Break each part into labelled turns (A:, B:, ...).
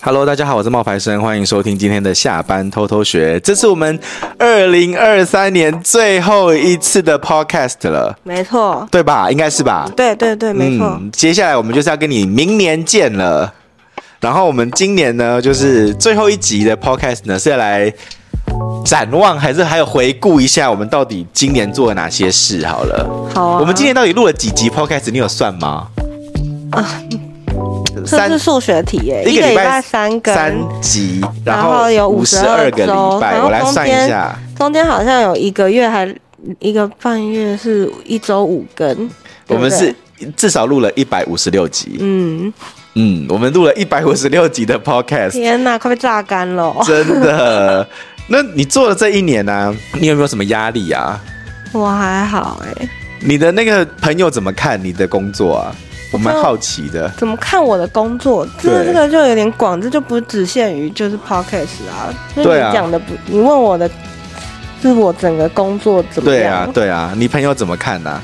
A: Hello，大家好，我是冒牌生，欢迎收听今天的下班偷偷学。这是我们二零二三年最后一次的 Podcast 了，
B: 没错，
A: 对吧？应该是吧？
B: 对对对，没错，
A: 嗯，接下来我们就是要跟你明年见了。然后我们今年呢，就是最后一集的 podcast 呢，是要来展望，还是还有回顾一下我们到底今年做了哪些事？好了，
B: 好啊。
A: 我们今年到底录了几集 podcast？你有算吗？
B: 这啊是数学题耶，
A: 一
B: 个
A: 个礼
B: 拜
A: 拜
B: 三根，
A: 三集，
B: 然
A: 后
B: 有
A: 五十二
B: 52
A: 个
B: 周
A: 礼拜，
B: 然
A: 我
B: 后
A: 来
B: 中
A: 算一
B: 间
A: 下，
B: 中间好像有一个月还一个半月是一周五根，
A: 我
B: 对不
A: 们
B: 对
A: 是至少录了一百五十六集。
B: 嗯，
A: 嗯，我们录了一百五十六集的 podcast。
B: 天哪，快被榨干了。
A: 真的。那你做了这一年呢、啊你有没有什么压力啊？
B: 我还好哎，
A: 你的那个朋友怎么看你的工作啊？我蛮好奇的。
B: 怎么看我的工作？这个
A: 对
B: 这个就有点广，这就不只限于就是 podcast 啊，就是
A: 对啊
B: 你讲的不，你问我的，是我整个工作怎么
A: 对啊
B: 样？，
A: 对啊，你朋友怎么看呢、啊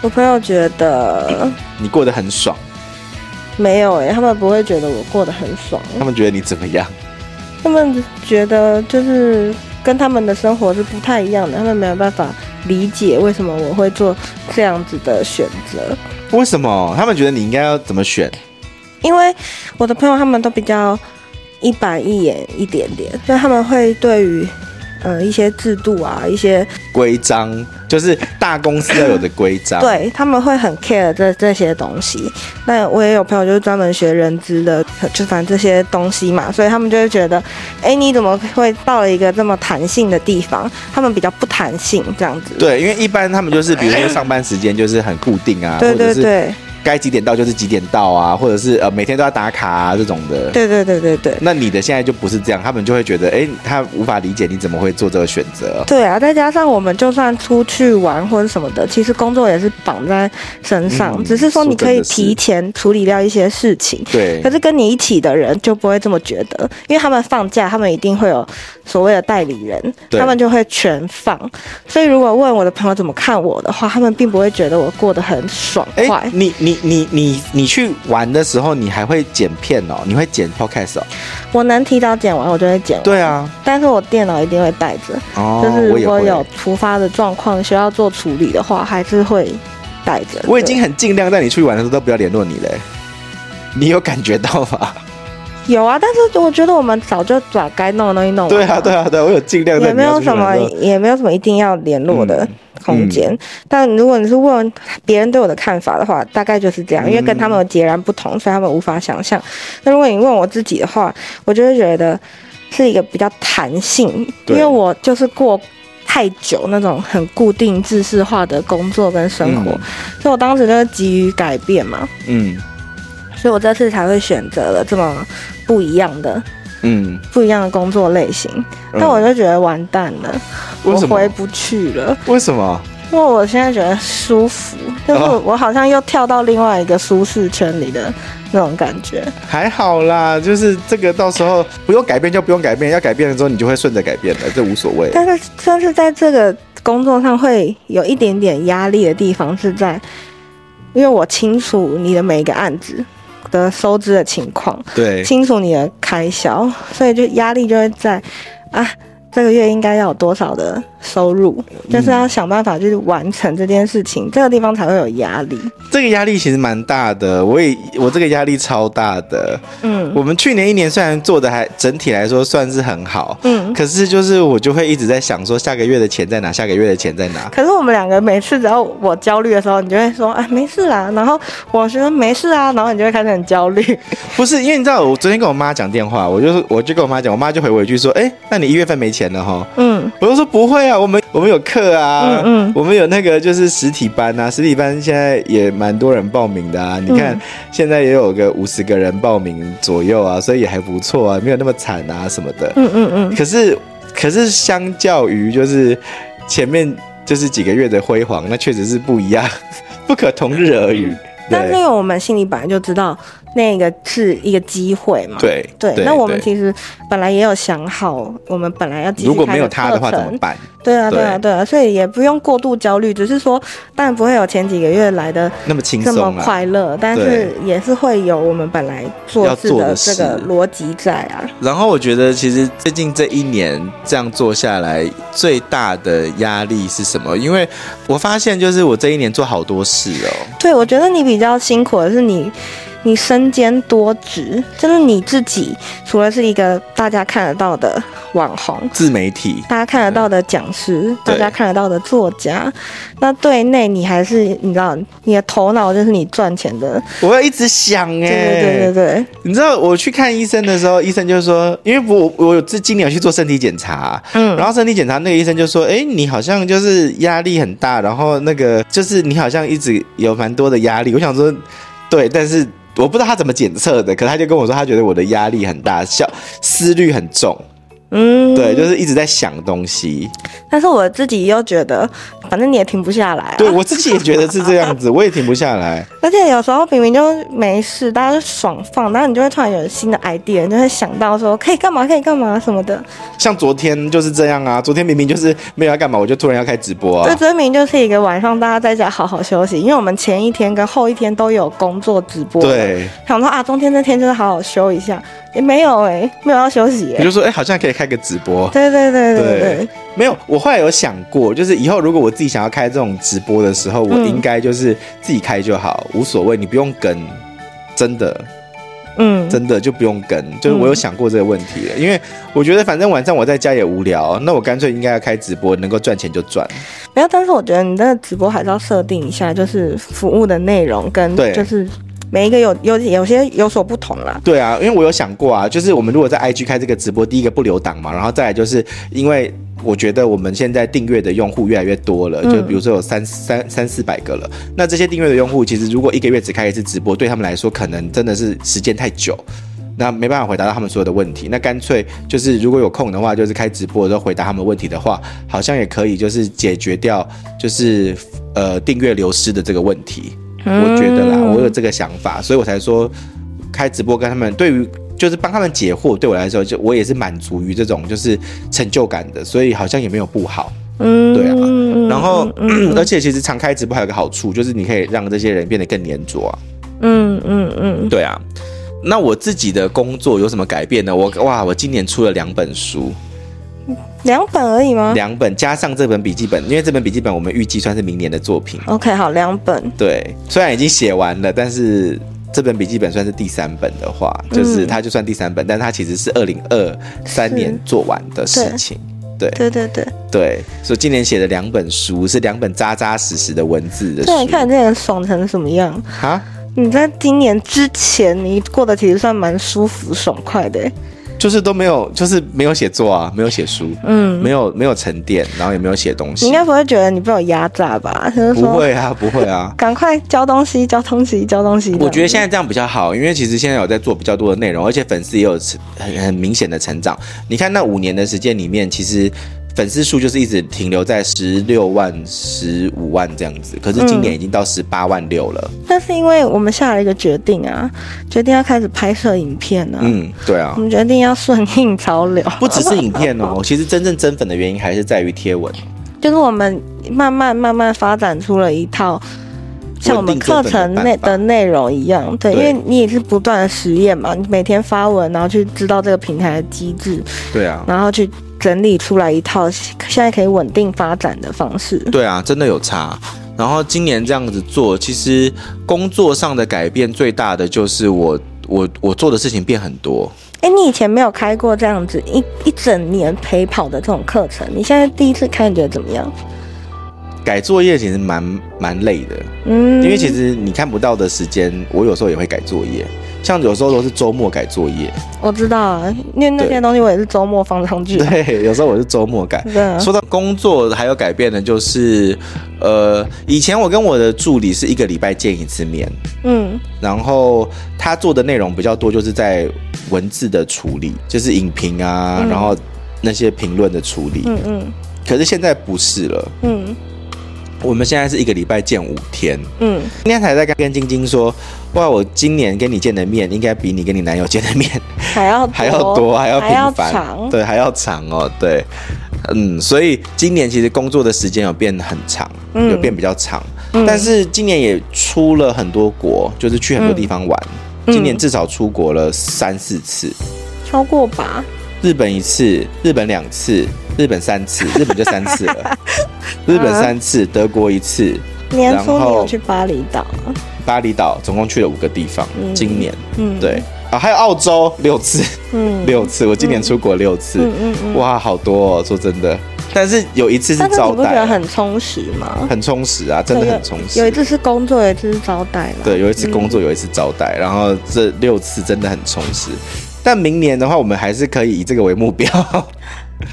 B: 我朋友觉得。
A: 你过得很爽，
B: 没有哎、他们不会觉得我过得很爽，
A: 他们觉得你怎么样？
B: 他们觉得就是跟他们的生活是不太一样的，他们没有办法理解为什么我会做这样子的选择，
A: 为什么？他们觉得你应该要怎么选？
B: 因为我的朋友他们都比较一板一眼一点点，所以他们会对于呃一些制度啊，一些
A: 规章就是大公司要有的规章。，
B: 对他们会很 care 这这些东西。那我也有朋友就是专门学人资的，就反正这些东西嘛，所以他们就会觉得，哎，你怎么会到了一个这么弹性的地方？他们比较不弹性这样子。
A: 对，因为一般他们就是比如说上班时间就是很固定啊，
B: 对
A: 或
B: 对
A: 者是
B: 对
A: 该几点到就是几点到啊，或者是呃每天都要打卡啊这种的。
B: 对对对对对。
A: 那你的现在就不是这样，他们就会觉得，哎、他无法理解你怎么会做这个选择。
B: 对啊，再加上我们就算出去玩或者什么的，其实工作也是绑在身上，
A: 嗯
B: 只是说你可以
A: 说真的是
B: 提前处理掉一些事情。
A: 对
B: 可，是跟你一起的人就不会这么觉得，因为他们放假，他们一定会有所谓的代理人，
A: 对
B: 他们就会全放。所以如果问我的朋友怎么看我的话，他们并不会觉得我过得很爽
A: 哎、
B: 快。
A: 你你你你你去玩的时候，你还会剪片哦，你会剪 podcast 哦？
B: 我能提早剪完，我就会剪完。
A: 对，啊，
B: 但是我电脑一定会带着，
A: 哦，
B: 就
A: 我
B: 是如
A: 也
B: 果有
A: 会。
B: 突发的状况需要做处理的话，还是会带着。
A: 我已经很尽量在你出去玩的时候都不要联络你嘞，你有感觉到 吗？
B: 对有啊，但是我觉得我们早就把该弄的东西弄完。
A: 对啊，对。啊，对啊，我有尽量在
B: 也
A: 你
B: 没
A: 要
B: 有
A: 出去嗯
B: 什么
A: 玩的时，
B: 也没有什么一定要联络的空间。但如果你是问别人对我的看法的话，大概就是
A: 嗯
B: 这样，因为跟他们截然不同，所以他们无法想象。那如果你问我自己的话，我就会觉得是一个比较弹性，
A: 对
B: 因为我就是过。太久那种很固定、制式化的工作跟生活，
A: 嗯
B: 所以我当时就是急于改变嘛，
A: 候嗯
B: 所以我这次才会选择了这么不一样的、
A: 嗯，
B: 不一样的工作类型。
A: 嗯
B: 但我就觉得完蛋了，
A: 为
B: 我
A: 什
B: 回
A: 么？
B: 不去了，
A: 为什么？
B: 因为我现在觉得舒服，就是我
A: 哦
B: 我好像又跳到另外一个舒适圈里的那种感觉。
A: 还好啦，就是这个到时候不用改变就不用改变，要改变的时候你就会顺着改变了，这无所谓。
B: 但是，但是在这个工作上会有一点点压力的地方是在，因为我清楚你的每一个案子的收支的情况，
A: 对，
B: 清楚你的开销，所以就压力就会在啊。这个月应该要有多少的收入？
A: 嗯
B: 就是要想办法去完成这件事情，这个地方才会有压力。
A: 这个压力其实蛮大的，我也我这个压力超大的。
B: 嗯
A: 我们去年一年虽然做的还整体来说算是很好，
B: 嗯，
A: 可是就是我就会一直在想说下个月的钱在哪，下个月的钱在哪。
B: 可是我们两个每次只要我焦虑的时候，你就会说哎没事啦，然后我说没事啊，然后你就会开始很焦虑。
A: 不是因为你知道，我昨天跟我妈讲电话，我就我就跟我妈讲，我妈就回我一句说：“哎、那你一月份没钱了哈？”
B: 嗯，
A: 我就说不会啊，我们我们有课啊，
B: 嗯嗯
A: 我们有那个就是实体班啊，实体班现在也蛮多人报名的啊，你看、
B: 嗯
A: 现在也有个五十个人报名左右啊，所以也还不错啊，没有那么惨啊什么的。
B: 嗯嗯嗯，
A: 可是可是相较于就是前面就是几个月的辉 煌，那确实是不一样，不可同日而语。
B: 嗯但是因
A: 对
B: 为我们心里本来就知道那个是一个机会嘛。
A: 对
B: 对，那我们
A: 对
B: 其实本来也有想好，我们本来要继续
A: 如果没有
B: 开
A: 他
B: 的
A: 的
B: 课
A: 话
B: 程
A: 怎么办？
B: 对啊，
A: 对
B: 对啊，对啊，所以也不用过度焦虑，只是说，当然不会有前几个月来的
A: 那么轻
B: 这么
A: 松啊！
B: 快乐，但是也是会有我们本来做
A: 要
B: 事
A: 做
B: 的
A: 的
B: 这个
A: 事
B: 逻辑在啊。
A: 然后我觉得，其实最近这一年这样做下来，最大的压力是什么？因为我发现，就是我这一年做好多事哦，
B: 对，我觉得你比较辛苦的是你，你身兼多职，就是你自己除了是一个大家看得到的网红。
A: 自媒体，
B: 大家看得到的讲师，大
A: 对
B: 家看得到的作家，那对内你还是你知道，你的头脑就是你赚钱的，
A: 我要一直想哎、
B: 对对对对对，
A: 你知道我去看医生的时候，医生就说，因为我我有这今年有去做身体检查，
B: 嗯
A: 然后身体检查那个医生就说，哎，你好像就是压力很大，然后那个就是你好像一直有蛮多的压力。我想说，对，但是我不知道他怎么检测的，可他就跟我说，他觉得我的压力很大，小思虑很重，
B: 嗯，
A: 对，就是一直在想东 西。
B: 但是我自己又觉得，反正你也停不下来、啊。
A: 对我自己也觉得是这样子，我也停不下来。
B: 而且有时候明明就没事，大家就爽放，然后你就会突然有新的 idea，你就会想到说可以干嘛，可以干嘛什么的。
A: 像昨天就是这样啊，昨天明明就是没有要干嘛，我就突然要开直播
B: 这
A: 啊。
B: 证明就是一个晚上大家在家好好休息，因为我们前一天跟后一天都有工作直播。，
A: 对，
B: 想说啊，中间那天就是好好休一下，也没有哎、没有要休息、
A: 我
B: 欸。
A: 就说，哎，好像可以开个直播。
B: 对对对对
A: 对
B: 对，
A: 没有，我后来有想过，就是以后如果我自己想要开这种直播的时候，我
B: 嗯
A: 应该就是自己开就好，无所谓，你不用跟，真的
B: 嗯，
A: 真的就不用跟。就是我有想过这个问题了，因为我觉得反正晚上我在家也无聊，那我干脆应该要开直播，能够赚钱就赚。
B: 没有。但是我觉得你的直播还是要设定一下，就是服务的内容跟
A: 对
B: 就是每一个有有有些有所不同啦。
A: 对啊，因为我有想过啊，就是我们如果在 IG 开这个直播，第一个不留档嘛，然后再来就是因为我觉得我们现在订阅的用户越来越多了，就比如说有三三三四百个了，那这些订阅的用户其实如果一个月只开一次直播，对他们来说可能真的是时间太久。那没办法回答到他们所有的问题，那干脆就是如果有空的话，就是开直播的时候回答他们问题的话，好像也可以，就是解决掉就是呃订阅流失的这个问题。我觉得啦，
B: 嗯
A: 我有这个想法，所以我才说开直播跟他们对于就是帮他们解惑，对我来说就我也是满足于这种就是成就感的，所以好像也没有不好。
B: 嗯，
A: 对啊
B: 嗯
A: 然后，而且其实常开直播还有个好处，就是你可以让这些人变得更粘着啊。
B: 嗯嗯嗯，
A: 对啊，那我自己的工作有什么改变呢？我哇，我今年出了两本书，
B: 两本而已吗
A: 两本加上这本笔记本，因为这本笔记本我们预计算是明年的作品。
B: ？OK，好，两本。
A: 对，虽然已经写完了，但是这本笔记本算是第三本的话，
B: 嗯
A: 就是它就算第三本，但它其实是二零二三年做完的事情。对
B: 对对对，
A: 对，所以今年写的两本书是两本扎扎实实的文字的书。
B: 那你看你这人爽成什么样？
A: 啊，
B: 你在今年之前，你过得其实算蛮舒服、爽快的欸。
A: 就是都没有，就是没有写作啊，没有写书，
B: 嗯，
A: 没有没有沉淀，然后也没有写东
B: 你
A: 西
B: 应。该不会觉得你被我压榨吧？就是
A: 不
B: 说，
A: 会啊，不会 啊。
B: 赶快交东西，交东西，交东西。
A: 我觉得现
B: 在
A: 在这样比较好，因为其实现在有在做比较多的内容，而且粉丝也有成很很明显的成长。你看那五年的时间里面，其实粉丝数就是一直停留在十六万、十五万这样子，可是今年已经到十八万六了。
B: 那是因为我们下了一个决定啊，决定要开始拍摄影片啊。
A: 嗯，对啊
B: 我，们决定要顺应潮流，
A: 不只是影片 哦，其实真正增粉的原因还是在于贴文。
B: 就是我们慢慢慢慢发展出了一套像我们课程内
A: 稳定做
B: 的内容一样，对，因
A: 对
B: 为你也是不断的实验嘛，你每天发文，然后去知道这个平台的机制，
A: 对啊，
B: 然后去整理出来一套现在可以稳定发展的方式。
A: 对啊，真的有差。然后今年这样子做，其实工作上的改变最大的就是我我我做的事情变很多。
B: 哎，你以前没有开过这样子一一整年陪跑的这种课程，你现在第一次开，你觉得怎么样？
A: 改作业其实蛮蛮累的，
B: 嗯，
A: 因为其实你看不到的时间，我有时候也会改作业，像有时候都是周末改作业，
B: 我知道啊，因为那些
A: 对
B: 东西我也是周末放上去的。
A: 对，有时候我是周末改。
B: 嗯真的，
A: 说到工作还有改变的，就是，呃，以前我跟我的助理是一个礼拜见一次面，
B: 嗯
A: 然后他做的内容比较多，就是在文字的处理，就是影评啊，
B: 嗯
A: 然后那些评论的处理。
B: 嗯嗯
A: 可是现在不是了，
B: 嗯，
A: 我们现在是一个礼拜见五天，
B: 嗯，
A: 今天才在跟晶晶说，哇，我今年跟你见的面应该比你跟你男友见的面
B: 还要
A: 还要多，还要
B: 哦还要
A: 频繁，
B: 长，
A: 对，还要长哦，对，嗯，所以今年其实工作的时间有变很长，
B: 嗯
A: 有变比较长，
B: 嗯
A: 但是今年也出了很多国，就是去很多地方玩，
B: 嗯
A: 今年至少出国了三四次，
B: 超过吧？
A: 日本一次，日本两次，日本三次，日本就三次 了，日本
B: 嗯
A: 三次，德国一次，
B: 年初
A: 然
B: 你
A: 后
B: 有去巴厘岛啊，
A: 巴厘岛，总共去了五个地方，
B: 嗯
A: 今年
B: 嗯，
A: 对。啊，还有澳洲 六次，
B: 嗯，
A: 六次，我今年出国六次，
B: 嗯嗯嗯，
A: 哇，好多哦，说真的。但是有一次是
B: 但是
A: 招
B: 你不觉
A: 待
B: 得
A: 啊，
B: 很充实吗？
A: 很充实啊，真的很充实。
B: 有一次是工作，有一次是招待嘛。
A: 对，有一次工作，有一次招
B: 嗯
A: 待，然后这六次真的很充实。但明年的话，我们还是可以以这个为目 标。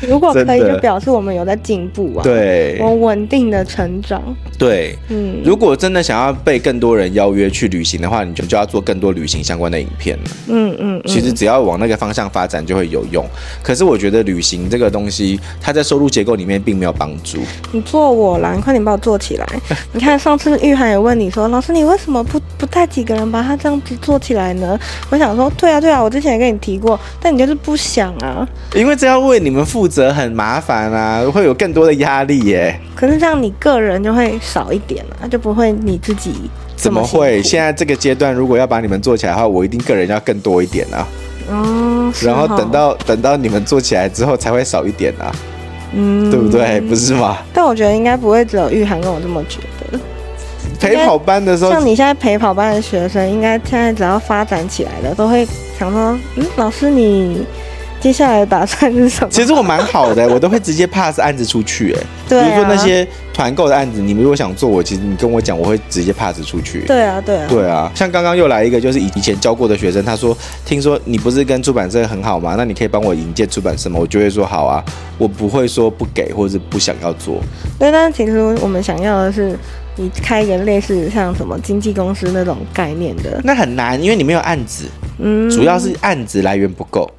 B: 如果可以，
A: 真的
B: 就表示我们有在进步啊。，
A: 对
B: 我稳定的成长。
A: 对，
B: 嗯，
A: 如果真的想要被更多人邀约去旅行的话，你就就要做更多旅行相关的影片了。
B: 嗯嗯，嗯
A: 其实只要往那个方向发展就会有用。可是我觉得旅行这个东西，它在收入结构里面并没有帮助。
B: 你做我啦，你快点把我做 起来。你看上次玉涵也问你说，老师你为什么不不带几个人把它这样子做起来呢？我想说，对啊对啊，我之前也跟你提过，但你就是不想啊。
A: 因为这要为你们负责很麻烦啊，会有更多的压力耶。
B: 可是这样你个人就会少一点啊，就不会你自己这
A: 怎么
B: 辛苦
A: 会？现在这个阶段，如果要把你们做起来的话，我一定个人要更多一点啊。
B: 哦，是
A: 然后
B: 哦
A: 等到等到你们做起来之后，才会少一点啊，
B: 嗯，
A: 对不对？不是吗？
B: 但我觉得应该不会只有玉涵跟我这么觉得。
A: 陪跑班的时候，
B: 像你现在陪跑班的学生，应该现在只要发展起来了，都会想说，嗯，老师你接下来打算是什么？
A: 其实我蛮好的，我都会直接 pass 案子出去。哎，
B: 对啊
A: 比如说那些团购的案子，你们如果想做我，其实你跟我讲，我会直接 pass 出去。
B: 对啊，对啊，
A: 对啊，像刚刚又来一个，就是以以前教过的学生，他说：“听说你不是跟出版社很好吗？那你可以帮我引荐出版社吗？”我就会说：“好啊。”我不会说不给或者是不想要做。
B: 对，但是其实我们想要的是，你开一个类似像什么经纪公司那种概念的，
A: 那很难，因为你没有案子，
B: 嗯，
A: 主要是案子来源不够。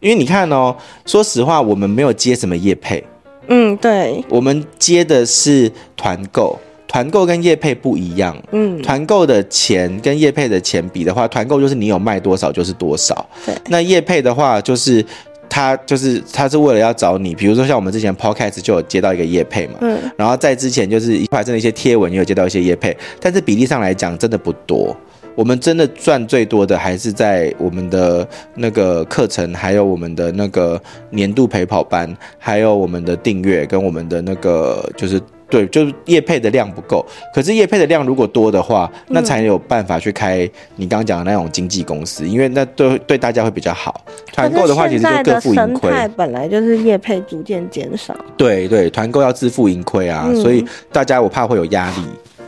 A: 因为你看哦，说实话，我们没有接什么业配，
B: 嗯，对，
A: 我们接的是团购。团购跟业配不一样，
B: 嗯，
A: 团购的钱跟业配的钱比的话，团购就是你有卖多少就是多少。
B: 对
A: 那业配的话就是。他就是他是为了要找你，比如说像我们之前 podcast 就有接到一个业配嘛，
B: 嗯，
A: 然后在之前就是一块真的一些贴文也有接到一些业配，但是比例上来讲真的不多。我们真的赚最多的还是在我们的那个课程，还有我们的那个年度陪跑班，还有我们的订阅跟我们的那个就是对，就是业配的量不够。可是业配的量如果多的话，
B: 嗯
A: 那才有办法去开你刚刚讲的那种经纪公司，因为那对对大家会比较好。团购的话，其实就
B: 可是现在
A: 各
B: 的
A: 负盈
B: 生
A: 亏。
B: 态本来就是业配逐渐减少，
A: 对对，团购要自负盈亏啊，
B: 嗯
A: 所以大家我怕会有压力。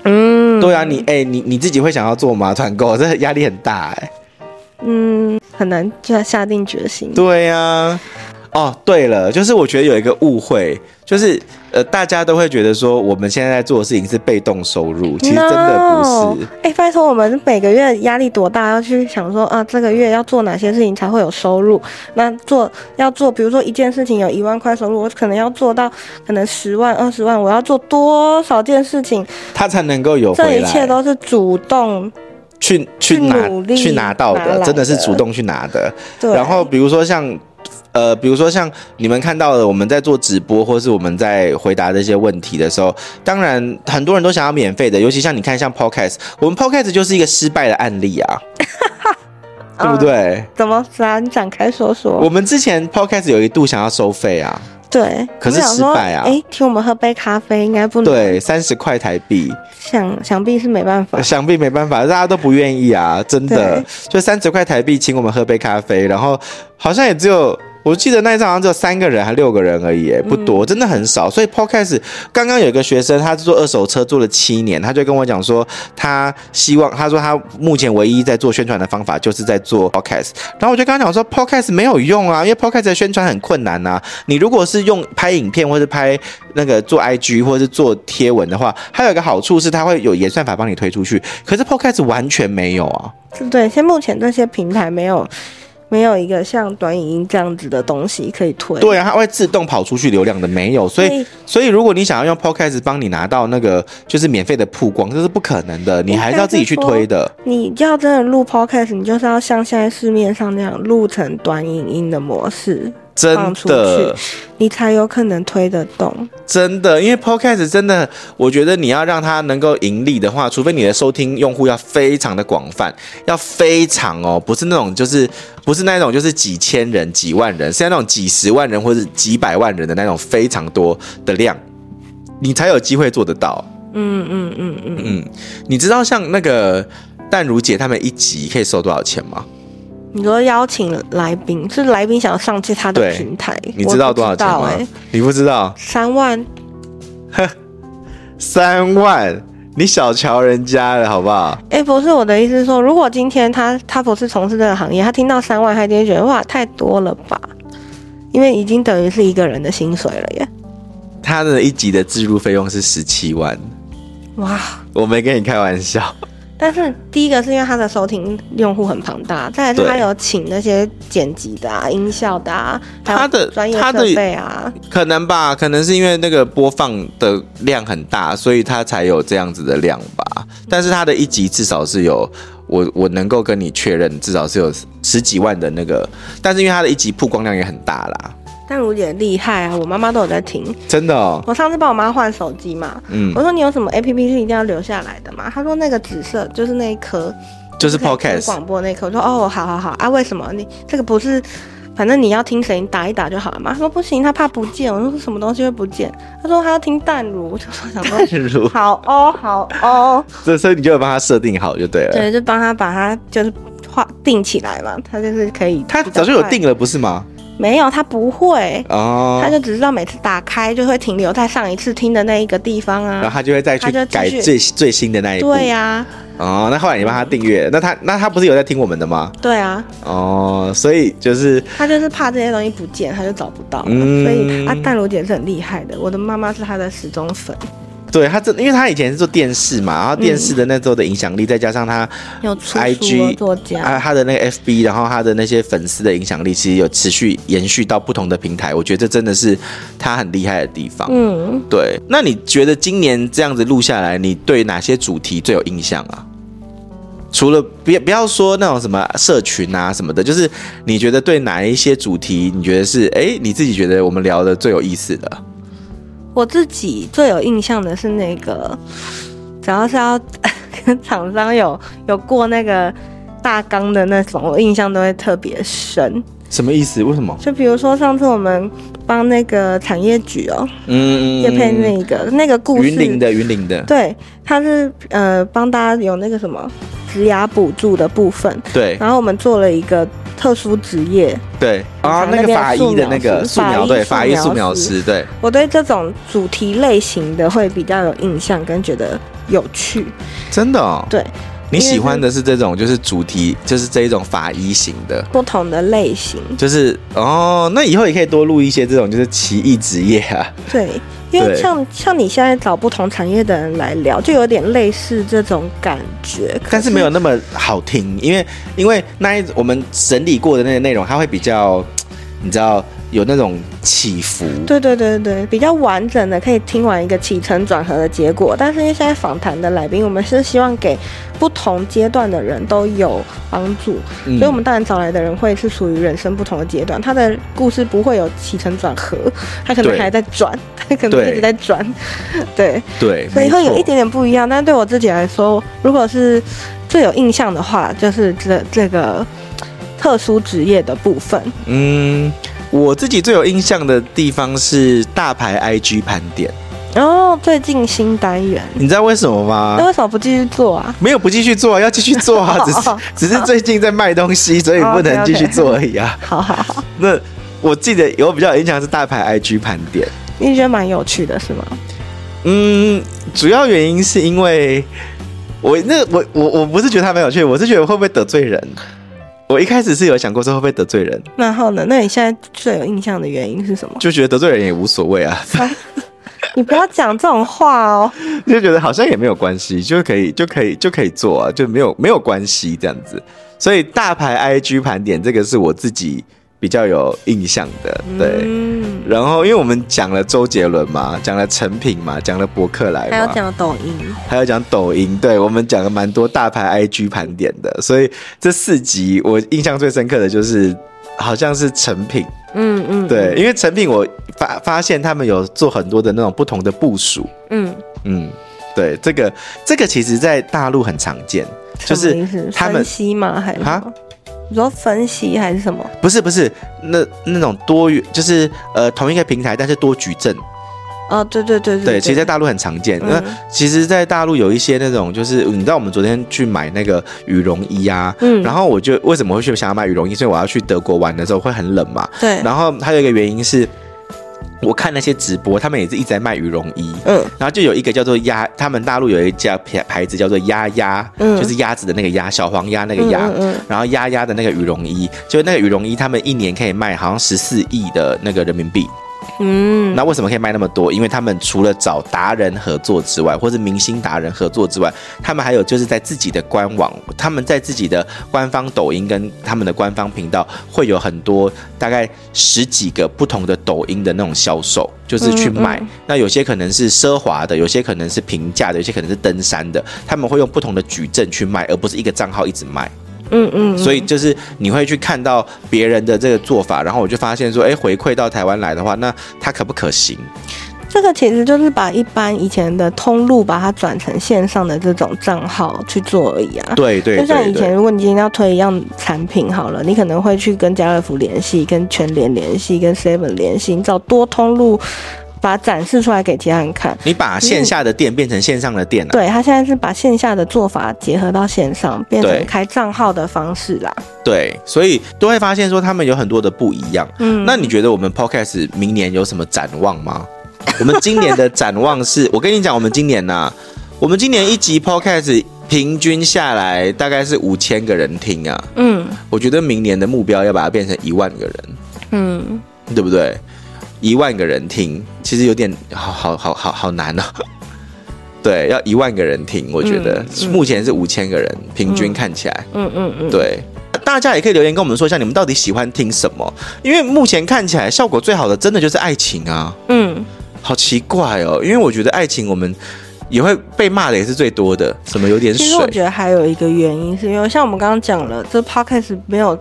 B: 嗯，
A: 对啊，你哎、你你自己会想要做吗？团购这压力很大哎、
B: 嗯，很难就下定决心，
A: 对呀、啊。哦，对了，就是我觉得有一个误会，就是呃，大家都会觉得说我们现在在做的事情是被动收入，其实真的不
B: No
A: 是。
B: 哎、拜托，我们每个月压力多大，要去想说啊，这个月要做哪些事情才会有收入？那做要做，比如说一件事情有一万块收入，我可能要做到可能十万、二十万，我要做多少件事情？
A: 他才能够有回
B: 这
A: 来。
B: 一切都是主动，
A: 去去
B: 去
A: 拿
B: 努力
A: 去拿到
B: 拿来
A: 的，
B: 的
A: 真的是主动去拿的。
B: 对，
A: 然后比如说像，呃，比如说像你们看到的，我们在做直播，或是我们在回答这些问题的时候，当然很多人都想要免费的，尤其像你看像 Podcast，我们 Podcast 就是一个失败的案例啊，对不
B: 啊
A: 对？
B: 怎么啦？你展开说说
A: 我。们之前 Podcast 有一度想要收费啊，
B: 对，
A: 可是
B: 我想说
A: 失败啊
B: 哎、请我们喝杯咖啡应该不能，
A: 对，三十块台币，
B: 想想必是没办法。
A: 想必没办法，大家都不愿意啊，真的
B: 对，
A: 就三十块台币请我们喝杯咖啡，然后好像也只有。我记得那一场好像只有三个人还六个人而已，不多，真的很少。所以 podcast 刚刚有一个学生，他做二手车做了七年，他就跟我讲说，他希望他说他目前唯一在做宣传的方法就是在做 podcast。然后我就跟他讲说，podcast 没有用啊，因为 podcast 的宣传很困难啊。你如果是用拍影片或是拍那个做 IG 或是做贴文的话，还有一个好处是它会有演算法帮你推出去，可是 Podcast 完全没有啊。
B: 对，现在目前这些平台没有。没有一个像短影音这样子的东西可以推。
A: 对啊，它会自动跑出去流量的，没有。所以
B: 对，
A: 所以如果你想要用 Podcast 帮你拿到那个就是免费的曝光，这是不可能的，你还是要自己去推的。
B: 你要真的录 podcast，你就是要像现在市面上那样录成短影音的模式，
A: 真
B: 放出
A: 的，
B: 你才有可能推得动。
A: 真的，因为 Podcast 真的，我觉得你要让它能够盈利的话，除非你的收听用户要非常的广泛，要非常哦，不是那种就是不是那种就是几千人、几万人，是那种几十万人或者几百万人的那种非常多的量，你才有机会做得到。
B: 嗯嗯嗯嗯，
A: 嗯，你知道像那个淡如姐他们一集可以收多少钱吗？
B: 你说邀请来宾是来宾想要上去他的
A: 对
B: 平台，
A: 你
B: 我
A: 知道
B: 不
A: 多少钱吗？
B: 欸
A: 你不知道，
B: 三万
A: 三万，你小瞧人家了好不好？
B: 哎、不是我的意思是说，如果今天他他不是从事这个行业，他听到三万，他一定会觉得哇太多了吧，因为已经等于是一个人的薪水了耶。
A: 他的一集的置入费用是十七万，
B: 哇！
A: 我没跟你开玩笑。
B: 但是第一个是因为他的收听用户很庞大，再来是
A: 对
B: 他有请那些剪辑的啊、音效的啊，还有
A: 他的
B: 专业
A: 他的
B: 设备啊，
A: 可能吧，可能是因为那个播放的量很大，所以它才有这样子的量吧。但是它的一集至少是有我我能够跟你确认，至少是有十几万的那个。但是因为它的一集曝光量也很大啦，
B: 但如姐厉害啊，我妈妈都有在听。
A: 真的哦。
B: 我上次帮我妈换手机嘛，
A: 嗯
B: 我，说你有什么 A P P 是一定要留下来的嘛？她说那个紫色就是那一颗，
A: 就是
B: 可以听
A: podcast，
B: 广播那一刻，我说哦，好好好啊，为什么你这个不是？反正你要听谁，你打一打就好了嘛。他说不行，他怕不见。我说什么东西会不见？他说他要听淡如，我就说 想 说
A: 如，
B: 好哦，好哦，
A: 这所以你就有帮他设定好就对了。
B: 对，就帮他把它就是画定起来嘛，他就是可以。
A: 他早就有，定了，不是吗？
B: 没有他不会，
A: 哦
B: 他，就只知道每次打开就会停留在上一次听的那一个地方
A: 然后
B: 啊。
A: 他就会再去
B: 他就继
A: 改
B: 续
A: 最最新的那一步。
B: 对啊呀、
A: 哦，那后来你帮他订阅，那他那他不是有在听我们的吗？
B: 对啊，
A: 哦，所以就是
B: 他就是怕这些东西不见，他就找不到了。
A: 嗯
B: 所以啊，淡如姐是很厉害的，我的妈妈是她的死忠粉，
A: 对他真，因为他以前是做电视嘛，然后电视的那时候的影响力，再加上他
B: 有出书
A: IG
B: 作家。
A: 啊，他的那个 FB，然后他的那些粉丝的影响力，其实有持续延续到不同的平台，我觉得这真的是他很厉害的地方。
B: 嗯，
A: 对，那你觉得今年这样子录下来，你对哪些主题最有印象啊？除了别不要说那种什么社群啊什么的，就是你觉得对哪一些主题，你觉得是哎、诶你自己觉得我们聊的最有意思的？
B: 我自己最有印象的是那个，只要是要跟厂商有有过那个大纲的那种，我印象都会特别深。
A: 什么意思？为什么？
B: 就比如说上次我们帮那个产业局哦，
A: 嗯，
B: 叶配那个那个故
A: 云林
B: 事，
A: 的云林的，
B: 对，他是呃帮大家有那个什么职涯补助的部分，
A: 对
B: 然后我们做了一个特殊职业，
A: 对啊，
B: 厂
A: 那
B: 那
A: 个
B: 边
A: 法
B: 素
A: 医的
B: 描
A: 那个
B: 师
A: 素
B: 法
A: 描，
B: 医
A: 对
B: 素
A: 法医
B: 描
A: 素描
B: 师
A: 师，对，
B: 我对这种主题类型的会比较有印象，跟觉得有趣。
A: 真的哦。
B: 对，
A: 你
B: 因为
A: 喜欢
B: 是
A: 的是这种，就是主题，就是这一种法医型的。
B: 不同的类型，
A: 就是哦，那以后也可以多录一些这种就是奇异职业啊。
B: 对，因为
A: 对
B: 像像你现在找不同产业的人来聊，就有点类似这种感觉，
A: 但是没有那么好听，因为因为那一我们整理过的那些内容，它会比较，你知道有那种起伏。
B: 对对对对，比较完整的可以听完一个起承转合的结果。但是因为现在访谈的来宾，我们是希望给不同阶段的人都有帮助，
A: 嗯
B: 所以我们当然找来的人会是属于人生不同的阶段，他的故事不会有起承转合， 他可能
A: 对
B: 还在转，他可能
A: 对
B: 一直在转，对，
A: 对，
B: 所以
A: 没
B: 会有
A: 错
B: 一点点不一样。但对我自己来说，如果是最有印象的话，就是这这个特殊职业的部分。
A: 嗯，我自己最有印象的地方是大牌 IG 盘点，
B: 然后最近新单元，
A: 你知道为什么
B: 那
A: 吗？
B: 为什么不继续做啊？
A: 没有不继续做啊， 要继续做
B: 哦
A: 啊，只是只是最近在卖东西，所以不能继续做而已啊。
B: 好好好，
A: 那我记得有比较有印象是大牌 IG 盘点。
B: 你觉得蛮有趣的是吗？
A: 嗯，主要原因是因为我那我我我不是觉得他蛮有趣，我是觉得会不会得罪人。我一开始是有想过说会不会得罪人，
B: 然后呢？那你现在最有印象的原因是什么？
A: 就觉得得罪人也无所谓啊，
B: 你不要讲这种话哦。
A: 就觉得好像也没有关系，就可以就可以就可以做啊，就没有没有关系这样子。所以大牌 IG 盘点这个是我自己比较有印象的，对。
B: 嗯，
A: 然后，因为我们讲了周杰伦嘛，讲了成品嘛，讲了博客来嘛，
B: 还有讲抖音，
A: 还有讲抖音，对我们讲了蛮多大牌 IG 盘点的，所以这四集我印象最深刻的就是好像是成品，
B: 嗯嗯，
A: 对，因为成品我发发现他们有做很多的那种不同的部署，
B: 嗯，
A: 嗯，对，这个这个其实在大陆很常见，就
B: 什么
A: 是
B: 意思
A: 他
B: 分
A: 们
B: 析吗？还是什
A: 啊
B: 么？你说分析还是什么？
A: 不是不是那那种多元，就是呃同一个平台，但是多矩阵，
B: 哦，对对对
A: 对，
B: 对，
A: 其实，在大陆很常见。那、
B: 嗯
A: 其实，在大陆有一些那种，就是你知道，我们昨天去买那个羽绒衣啊，
B: 嗯
A: 然后我就为什么会去想要买羽绒衣？所以我要去德国玩的时候会很冷嘛。
B: 对，
A: 然后还有一个原因是，我看那些直播，他们也是一直在卖羽绒衣。
B: 嗯
A: 然后就有一个叫做鸭，他们大陆有一家牌牌子叫做鸭鸭，
B: 嗯
A: 就是鸭子的那个鸭，小黄鸭那个
B: 嗯
A: 鸭，
B: 嗯嗯
A: 然后鸭鸭的那个羽绒衣，就那个羽绒衣，他们一年可以卖好像十四亿的那个人民币，
B: 嗯，
A: 那为什么可以卖那么多？因为他们除了找达人合作之外，或是明星达人合作之外，他们还有就是在自己的官网，他们在自己的官方抖音跟他们的官方频道会有很多大概十几个不同的抖音的那种销售，就是去卖。
B: 嗯
A: 那有些可能是奢华的，有些可能是平价的，有些可能是登山的，他们会用不同的矩阵去卖，而不是一个账号一直卖。
B: 嗯嗯，
A: 所以就是你会去看到别人的这个做法，然后我就发现说，哎，回馈到台湾来的话，那它可不可行？
B: 这个其实就是把一般以前的通路，把它转成线上的这种账号去做而已啊。
A: 对对
B: 就像
A: 对
B: 以前，
A: 对，
B: 如果你今天要推一样产品好了，你可能会去跟家乐福联系、跟全联联系、跟 Seven 联系，你找多通路把它展示出来给其他人看。
A: 你把线下的店变成线上的店了、啊
B: 对他现在是把线下的做法结合到线上，变
A: 对
B: 成开账号的方式啦。
A: 对，所以都会发现说他们有很多的不一样。
B: 嗯，
A: 那你觉得我们 Podcast 明年有什么展望吗？ 我们今年的展望是，我跟你讲，我们今年呐、啊我们今年一集 Podcast 平均下来大概是五千个人听啊，
B: 嗯
A: 我觉得明年的目标要把它变成一万个人。
B: 嗯，
A: 对不对？一万个人听，其实有点好好好好好难哦。 对，要一万个人听，我觉得、目前是五千个人，平均看起来，
B: 嗯嗯嗯，
A: 对。大家也可以留言跟我们说一下，你们到底喜欢听什么？因为目前看起来效果最好的，真的就是爱情啊，
B: 嗯，
A: 好奇怪哦。因为我觉得爱情我们也会被骂的也是最多的，什么有点
B: 其实我
A: 水，嗯
B: 觉得还有一个原因是因为像我们刚刚讲了，这 podcast 没有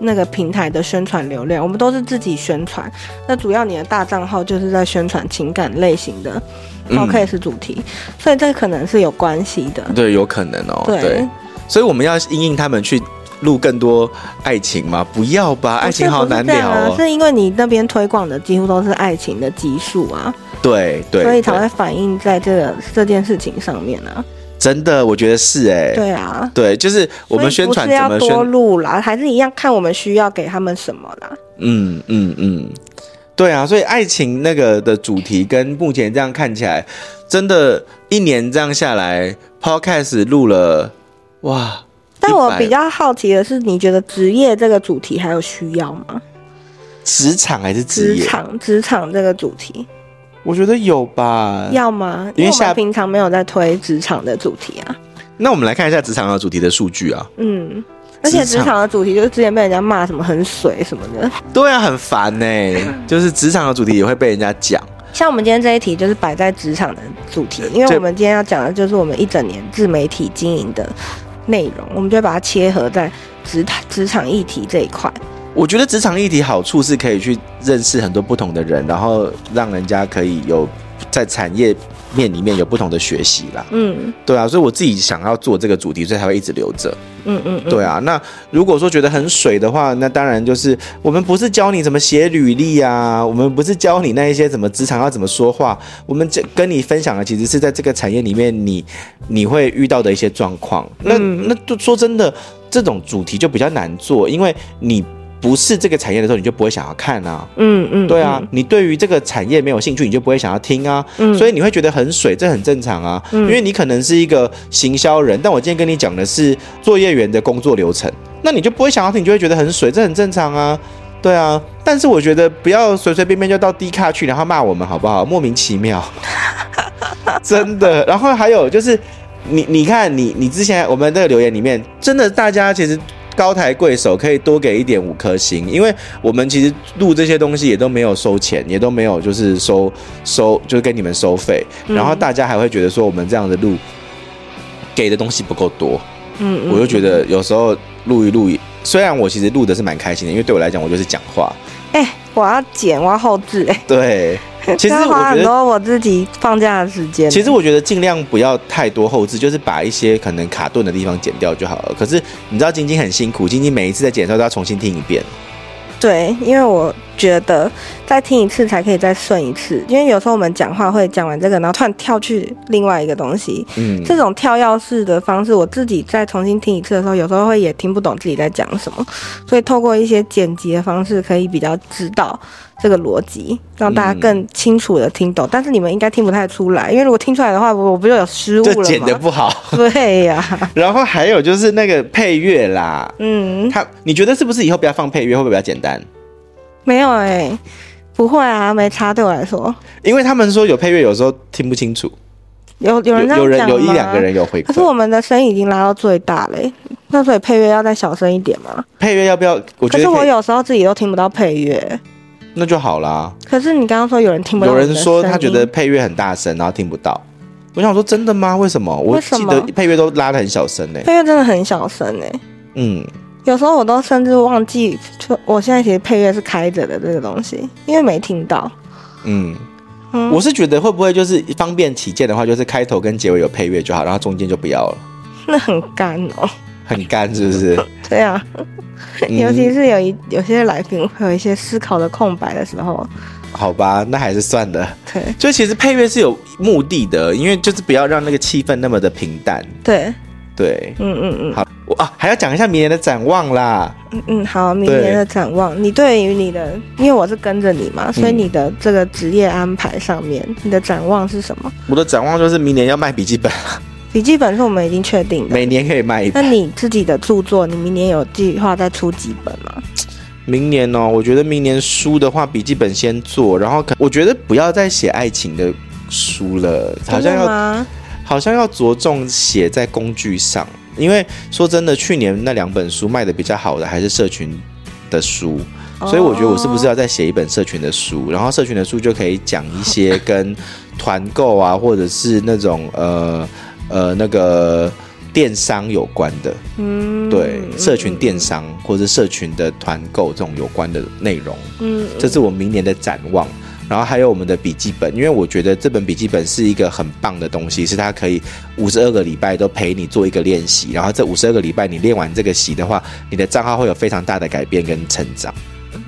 B: 那个平台的宣传流量，我们都是自己宣传。那主要你的大账号就是在宣传情感类型的
A: 嗯
B: podcast 主题，所以这可能是有关系的。
A: 对，有可能哦，
B: 对
A: 对。所以我们要因应他们去录更多爱情吗？不要
B: 哦
A: 吧，爱情好难
B: 不是不是这
A: 聊
B: 样啊
A: 哦。
B: 是因为你那边推广的几乎都是爱情的基数啊，
A: 对对，
B: 所以才
A: 对
B: 会反映在这个这件事情上面啊。
A: 真的，我觉得是哎、
B: 对啊，
A: 对，就是我们宣传
B: 所以
A: 怎
B: 不
A: 么
B: 是要多
A: 宣，
B: 录啦，还是一样看我们需要给他们什么啦。
A: 嗯嗯嗯，对啊，所以爱情那个的主题跟目前这样看起来，真的，一年这样下来，Podcast 录了，哇，
B: 但我
A: 100
B: 比较好奇的是，你觉得职业这个主题还有需要吗？
A: 职场还是职
B: 职
A: 业？
B: 场职场这个主题
A: 我觉得有吧。
B: 要吗？
A: 嗯因为
B: 因为我
A: 下
B: 们平常没有在推职场的主题啊。
A: 那我们来看一下职场的主题的数据啊。
B: 嗯，而且
A: 职
B: 职
A: 场
B: 场的主题就是之前被人家骂什么很水什么的，
A: 对啊，很烦呢、就是职场的主题也会被人家讲。
B: 像我们今天这一题就是摆在职场的主题，因
A: 呃这
B: 为我们今天要讲的就是我们一整年自媒体经营的内容，我们就把它切合在职场职场议题这一块。
A: 我觉得职场议题好处是可以去认识很多不同的人，然后让人家可以有在产业面里面有不同的学习啦。
B: 嗯
A: 对啊，所以我自己想要做这个主题，所以才会一直留着。
B: 嗯嗯嗯，
A: 对啊，那如果说觉得很水的话，那当然就是我们不是教你怎么写履历啊，我们不是教你那一些怎么职场要怎么说话，我们这跟你分享的其实是在这个产业里面你你会遇到的一些状况。那、
B: 嗯
A: 那就说真的，这种主题就比较难做，因为你不是这个产业的时候，你就不会想要看啊。
B: 嗯嗯，
A: 对啊，你对于这个产业没有兴趣，你就不会想要听啊，
B: 嗯
A: 所以你会觉得很水，这很正常啊，因为你可能是一个行销人，但我今天跟你讲的是作业员的工作流程，那你就不会想要听，你就会觉得很水，这很正常啊。对啊，但是我觉得不要随随便便就到低卡去，然后骂我们好不好？莫名其妙，真的。然后还有就是，你你看你你之前我们这个留言里面，真的大家其实高抬贵手，可以多给一点五颗星，因为我们其实录这些东西也都没有收钱，也都没有就是收收就是跟你们收费，然后大家还会觉得说我们这样的录给的东西不够多，
B: 嗯嗯，
A: 我就觉得有时候录一录也，虽然我其实录的是蛮开心的，因为对我来讲我就是讲话，
B: 哎、我要剪，我要后置、哎，
A: 对，其实
B: 要
A: 我
B: 花
A: 觉
B: 很
A: 得
B: 多我自己放假的时间。
A: 其实我觉得尽量不要太多后置，就是把一些可能卡顿的地方剪掉就好了。可是你知道晶晶很辛苦，晶晶每一次在剪的时候都要重新听一遍。
B: 对，因为我觉得再听一次才可以再顺一次，因为有时候我们讲话会讲完这个，然后突然跳去另外一个东西，
A: 嗯，
B: 这种跳钥匙的方式，我自己再重新听一次的时候，有时候会也听不懂自己在讲什么，所以透过一些剪辑的方式，可以比较知道这个逻辑，让大家更清楚的听懂。但是你们应该听不太出来，因为如果听出来的话，我我不就有失误
A: 就
B: 了
A: 剪的
B: 吗？
A: 不 好。
B: 对呀、
A: 然后还有就是那个配乐啦，
B: 嗯，
A: 他你觉得是不是以后不要放配乐会不会比较简单？
B: 没有哎、不会啊，没差对我来说。
A: 因为他们说有配乐有时候听不清楚，
B: 有有
A: 有
B: 人这
A: 有
B: 样
A: 人
B: 讲
A: 有一
B: 吗
A: 两个，人有回
B: 可是
A: 馈。
B: 我们的声音已经拉到最大嘞、那所以配乐要再小声一点嘛。
A: 配乐要不要？我觉
B: 可
A: 得
B: 是
A: 可
B: 我
A: 以
B: 有时候自己都听不到配乐。
A: 那就好啦。
B: 可是你刚刚说有人听不到
A: 有
B: 我的
A: 人
B: 声
A: 说
B: 音，
A: 他觉得配乐很大声，然后听不到。我想说真的吗？为什么？我
B: 为什
A: 记
B: 么
A: 得配乐都拉的很小声呢、欸
B: 配乐真的很小声哎、
A: 嗯，
B: 有时候我都甚至忘记，就我现在其实配乐是开着的这个东西，因为没听到。
A: 嗯
B: 嗯，
A: 我是觉得会不会就是方便起见的话，就是开头跟结尾有配乐就好，然后中间就不要了，
B: 那很干哦，
A: 很干是不是？
B: 对啊，
A: 嗯
B: 尤其是有一有些来宾会有一些思考的空白的时候，
A: 好吧，那还是算了。
B: 对
A: 就其实配乐是有目的的，因为就是不要让那个气氛那么的平淡。
B: 对，
A: 对，
B: 嗯嗯嗯
A: 好，我啊还要讲一下明年的展望啦。
B: 嗯嗯，好，明年的展望，你对于你的，因为我是跟着你
A: 嗯
B: 嘛，所以你的这个职业安排上面，你的展望是什么？
A: 我的展望就是明年要卖笔记本，
B: 笔记本是我们已经确定的，
A: 每年可以卖一
B: 那
A: 本。
B: 你自己的著作，你明年有计划再出几本吗？
A: 明年哦，我觉得明年书的话，笔记本先做，然后可我觉得不要再写爱情的书了，好像
B: 真的
A: 要
B: 吗？
A: 好像要着重写在工具上，因为说真的，去年那两本书卖的比较好的还是社群的书，
B: 哦
A: 所以我觉得我是不是要再写一本社群的书，然后社群的书就可以讲一些跟团购啊，或者是那种呃呃那个电商有关的，
B: 嗯，
A: 对，社群电商或者社群的团购这种有关的内容。
B: 嗯，
A: 这是我明年的展望。然后还有我们的笔记本，因为我觉得这本笔记本是一个很棒的东西，是它可以五十二个礼拜都陪你做一个练习，然后这五十二个礼拜你练完这个习的话，你的账号会有非常大的改变跟成长。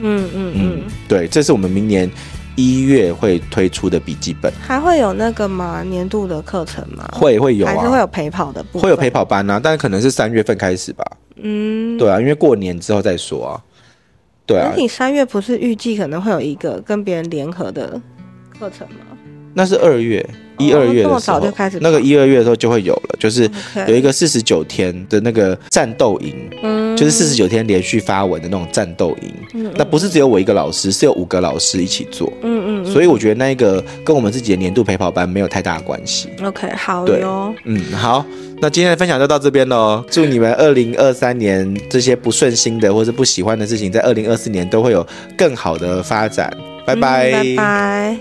B: 嗯
A: 嗯
B: 嗯嗯，，
A: 对，这是我们明年一月会推出的笔记本，
B: 还会有那个吗？年度的课程吗？
A: 会会有
B: 还是会
A: 啊，
B: 有陪跑的部分？
A: 会有陪。跑班啊，但可能是三月份开始吧。
B: 嗯，
A: 对啊，因为过年之后再说啊。对
B: 那
A: 啊，
B: 你三月不是预计可能会有一个跟别人联合的课程吗？
A: 那是二月
B: 哦
A: 一二月的
B: 这么
A: 时候，
B: 早就开始哦
A: 那个一二月的时候就会有了，就是有
B: OK
A: 一个四十九天的那个战斗营，
B: 嗯，
A: 就是四十九天连续发文的那种战斗营。那不是只有我一个老师，是有五个老师一起做，
B: 嗯嗯
A: 所以我觉得那一个跟我们自己的年度陪跑班没有太大的关系。
B: 嗯，OK，好
A: 对
B: 哟。
A: 嗯，好，那今天的分享就到这边喽。祝你们二零二三年这些不顺心的或是不喜欢的事情，在二零二四年都会有更好的发展。拜
B: 嗯拜拜。